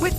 With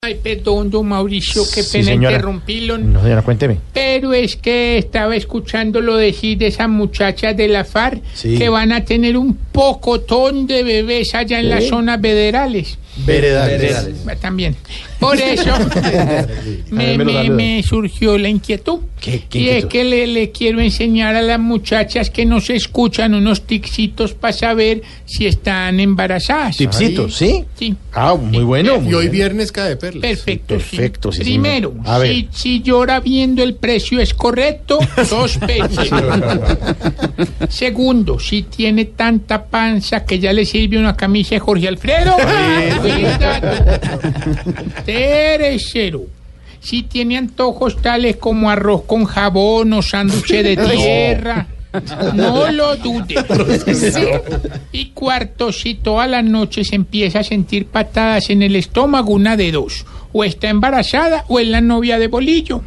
Ay, perdón, don Mauricio, qué Sí, pena señora. interrumpirlo. No, señora, cuénteme. Pero es que estaba escuchándolo decir de esas muchachas de la FARC Sí. que van a tener un pocotón de bebés allá en las ¿Eh? zonas federales. Veredales. Va También. Por eso A me, ver, me lo me- saluda. me surgió la inquietud. ¿Qué- qué y es inquietud? que le, le quiero enseñar a las muchachas que nos escuchan unos ticsitos para saber si están embarazadas. Tipsitos, ¿sí? Sí. Ah, muy bueno. muy Y hoy bien. viernes cae de perlas. Perfecto. Sí, perfecto, sí, Primero, señor. A si, ver. si llora viendo el precio es correcto, dos veces. Segundo, si tiene tanta panza que ya le sirve una camisa de Jorge Alfredo. Cuidado. Tercero. Si tiene antojos tales como arroz con jabón o sándwiches de tierra, no lo dudes. Y cuarto, si todas las noches empieza a sentir patadas en el estómago, una de dos. O está embarazada o es la novia de Bolillo.